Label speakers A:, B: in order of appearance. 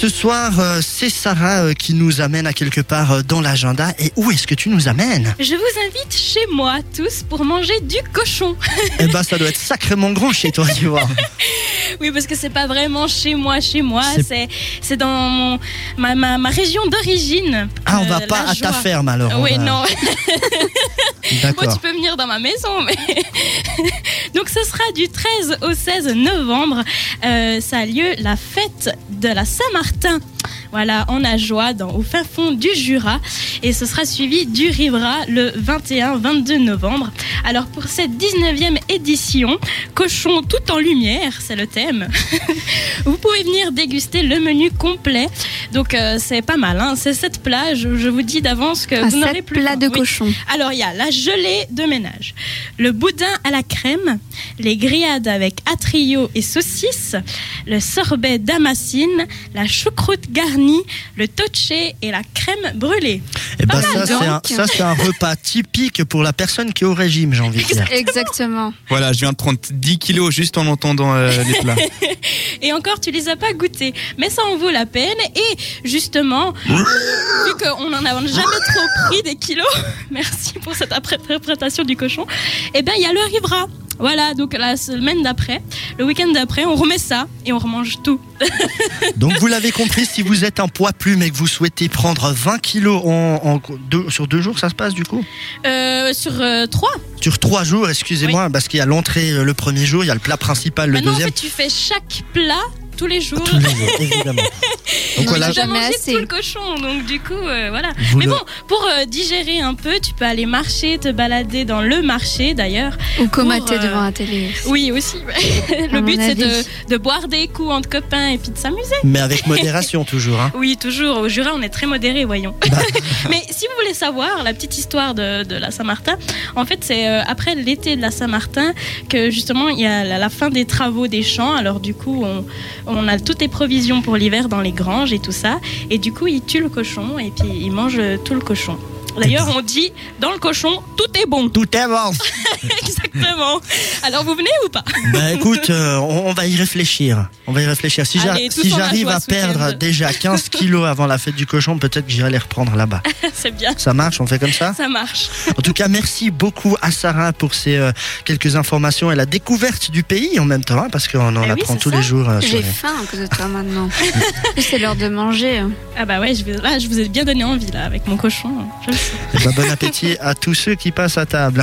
A: Ce soir, euh, c'est Sarah euh, qui nous amène à quelque part euh, dans l'agenda. Et où est-ce que tu nous amènes
B: Je vous invite chez moi tous pour manger du cochon.
A: Eh ben, ça doit être sacrément grand chez toi, tu vois.
B: Oui, parce que c'est pas vraiment chez moi, chez moi,
A: C'est-
B: c'est c'est dans mon- ma, ma, ma région d'origine.
A: Ah, on
B: Euh,
A: va
B: la
A: pas à
B: joie.
A: ta ferme alors. on
B: Oui,
A: va-
B: non, Bon,
A: D'accord.
B: tu peux venir dans ma maison. Mais... Donc, ce sera du 13 au 16 novembre. Euh, ça a lieu la fête de la Saint-Martin. Voilà, en Ajoie, dans, au fin fond du Jura. Et ce sera suivi du Rivera le 21-22 novembre. Alors, pour cette 19e édition, Cochon tout en lumière, c'est le thème. Vous pouvez venir déguster le menu complet. Donc, euh, c'est pas mal. Hein. C'est cette plage. Je vous dis d'avance que
C: À
B: vous n'aurez
C: sept
B: plus.
C: plats
B: faim.
C: Ah, de
B: Oui.
C: cochon.
B: Alors, il y a la gelée de ménage, le boudin à la crème, les grillades avec atrio et saucisses, le sorbet d'amacine, la choucroute garnie, le toché et la crème brûlée.
A: Eh ben,
B: Ah,
C: Pas
A: ça,
C: mal,
A: c'est un,
C: donc.
A: ça, c'est un repas typique pour la personne qui est au régime, j'ai envie de dire.
C: Exactement.
D: Voilà, je viens de prendre 10 kilos juste en entendant euh, les plats.
B: Et encore, tu les as pas goûtés, mais ça en vaut la peine. Et justement, euh, vu qu'on n'en a jamais trop pris des kilos, merci pour cette interprétation du cochon, eh bien, il y a le rivera. Voilà, donc la semaine d'après, le week-end d'après, on remet ça et on remange tout.
A: Donc vous l'avez compris, si vous êtes un poids plume et que vous souhaitez prendre 20 kilos en, en- deux- sur deux jours, ça se passe du coup
B: Euh, sur euh, trois.
A: Sur trois jours, excusez-moi, parce qu'il y a l'entrée euh, le premier jour, il y a le plat principal le
B: Maintenant,
A: deuxième.
B: en fait, tu fais chaque plat tous les jours.
A: Tous les jours, évidemment. Donc
C: Non,
A: voilà,
C: mais
B: J'ai
C: Jamais
B: mangé
C: assez.
B: tout le cochon, donc du coup, euh, voilà.
A: vous
B: Mais
A: le-
B: bon, pour euh, digérer un peu, tu peux aller marcher, te balader dans le marché d'ailleurs.
C: Ou comater
B: euh,
C: devant la télé.
B: Oui, aussi. le
C: À
B: but,
C: mon
B: c'est de,
C: avis.
B: de boire des coups entre copains et puis de s'amuser.
A: mais avec modération toujours. Hein.
B: Oui, toujours. Au Jura, on est très modéré, voyons.
A: Bah.
B: Mais si vous voulez savoir la petite histoire de, de la Saint-Martin, en fait, c'est euh, après l'été de la Saint-Martin que justement il y a la, la fin des travaux des champs. Alors du coup, on, on a toutes les provisions pour l'hiver dans les granges et tout ça. Et du coup, ils tuent le cochon et puis ils mangent euh, tout le cochon. D'ailleurs, on dit dans le cochon, tout est bon.
A: Tout avance.
B: Exactement. Alors vous venez ou pas
A: Bah écoute, euh, on, on va y réfléchir. On va y réfléchir. Si j'a-
B: Allez, tous
A: si
B: en
A: j'arrive
B: nageoire
A: à
B: ce week-end.
A: perdre déjà 15 kilos avant la fête du cochon, peut-être que j'irai les reprendre là-bas.
B: C'est bien.
A: Ça marche, on fait comme ça
B: Ça marche.
A: En tout cas, merci beaucoup à Sarah pour ces euh, quelques informations et la découverte du pays en même temps, hein, parce qu'on en
B: Eh oui,
A: apprend
B: c'est
A: tous
B: ça.
A: les jours. euh, sur
C: J'ai
A: les-
C: faim à cause de toi maintenant. c'est l'heure de manger. hein.
B: Ah bah ouais, je, vais- là, je vous ai bien donné envie là avec mon cochon. Je le sens.
A: Eh ben, bon appétit à tous ceux qui passent à table.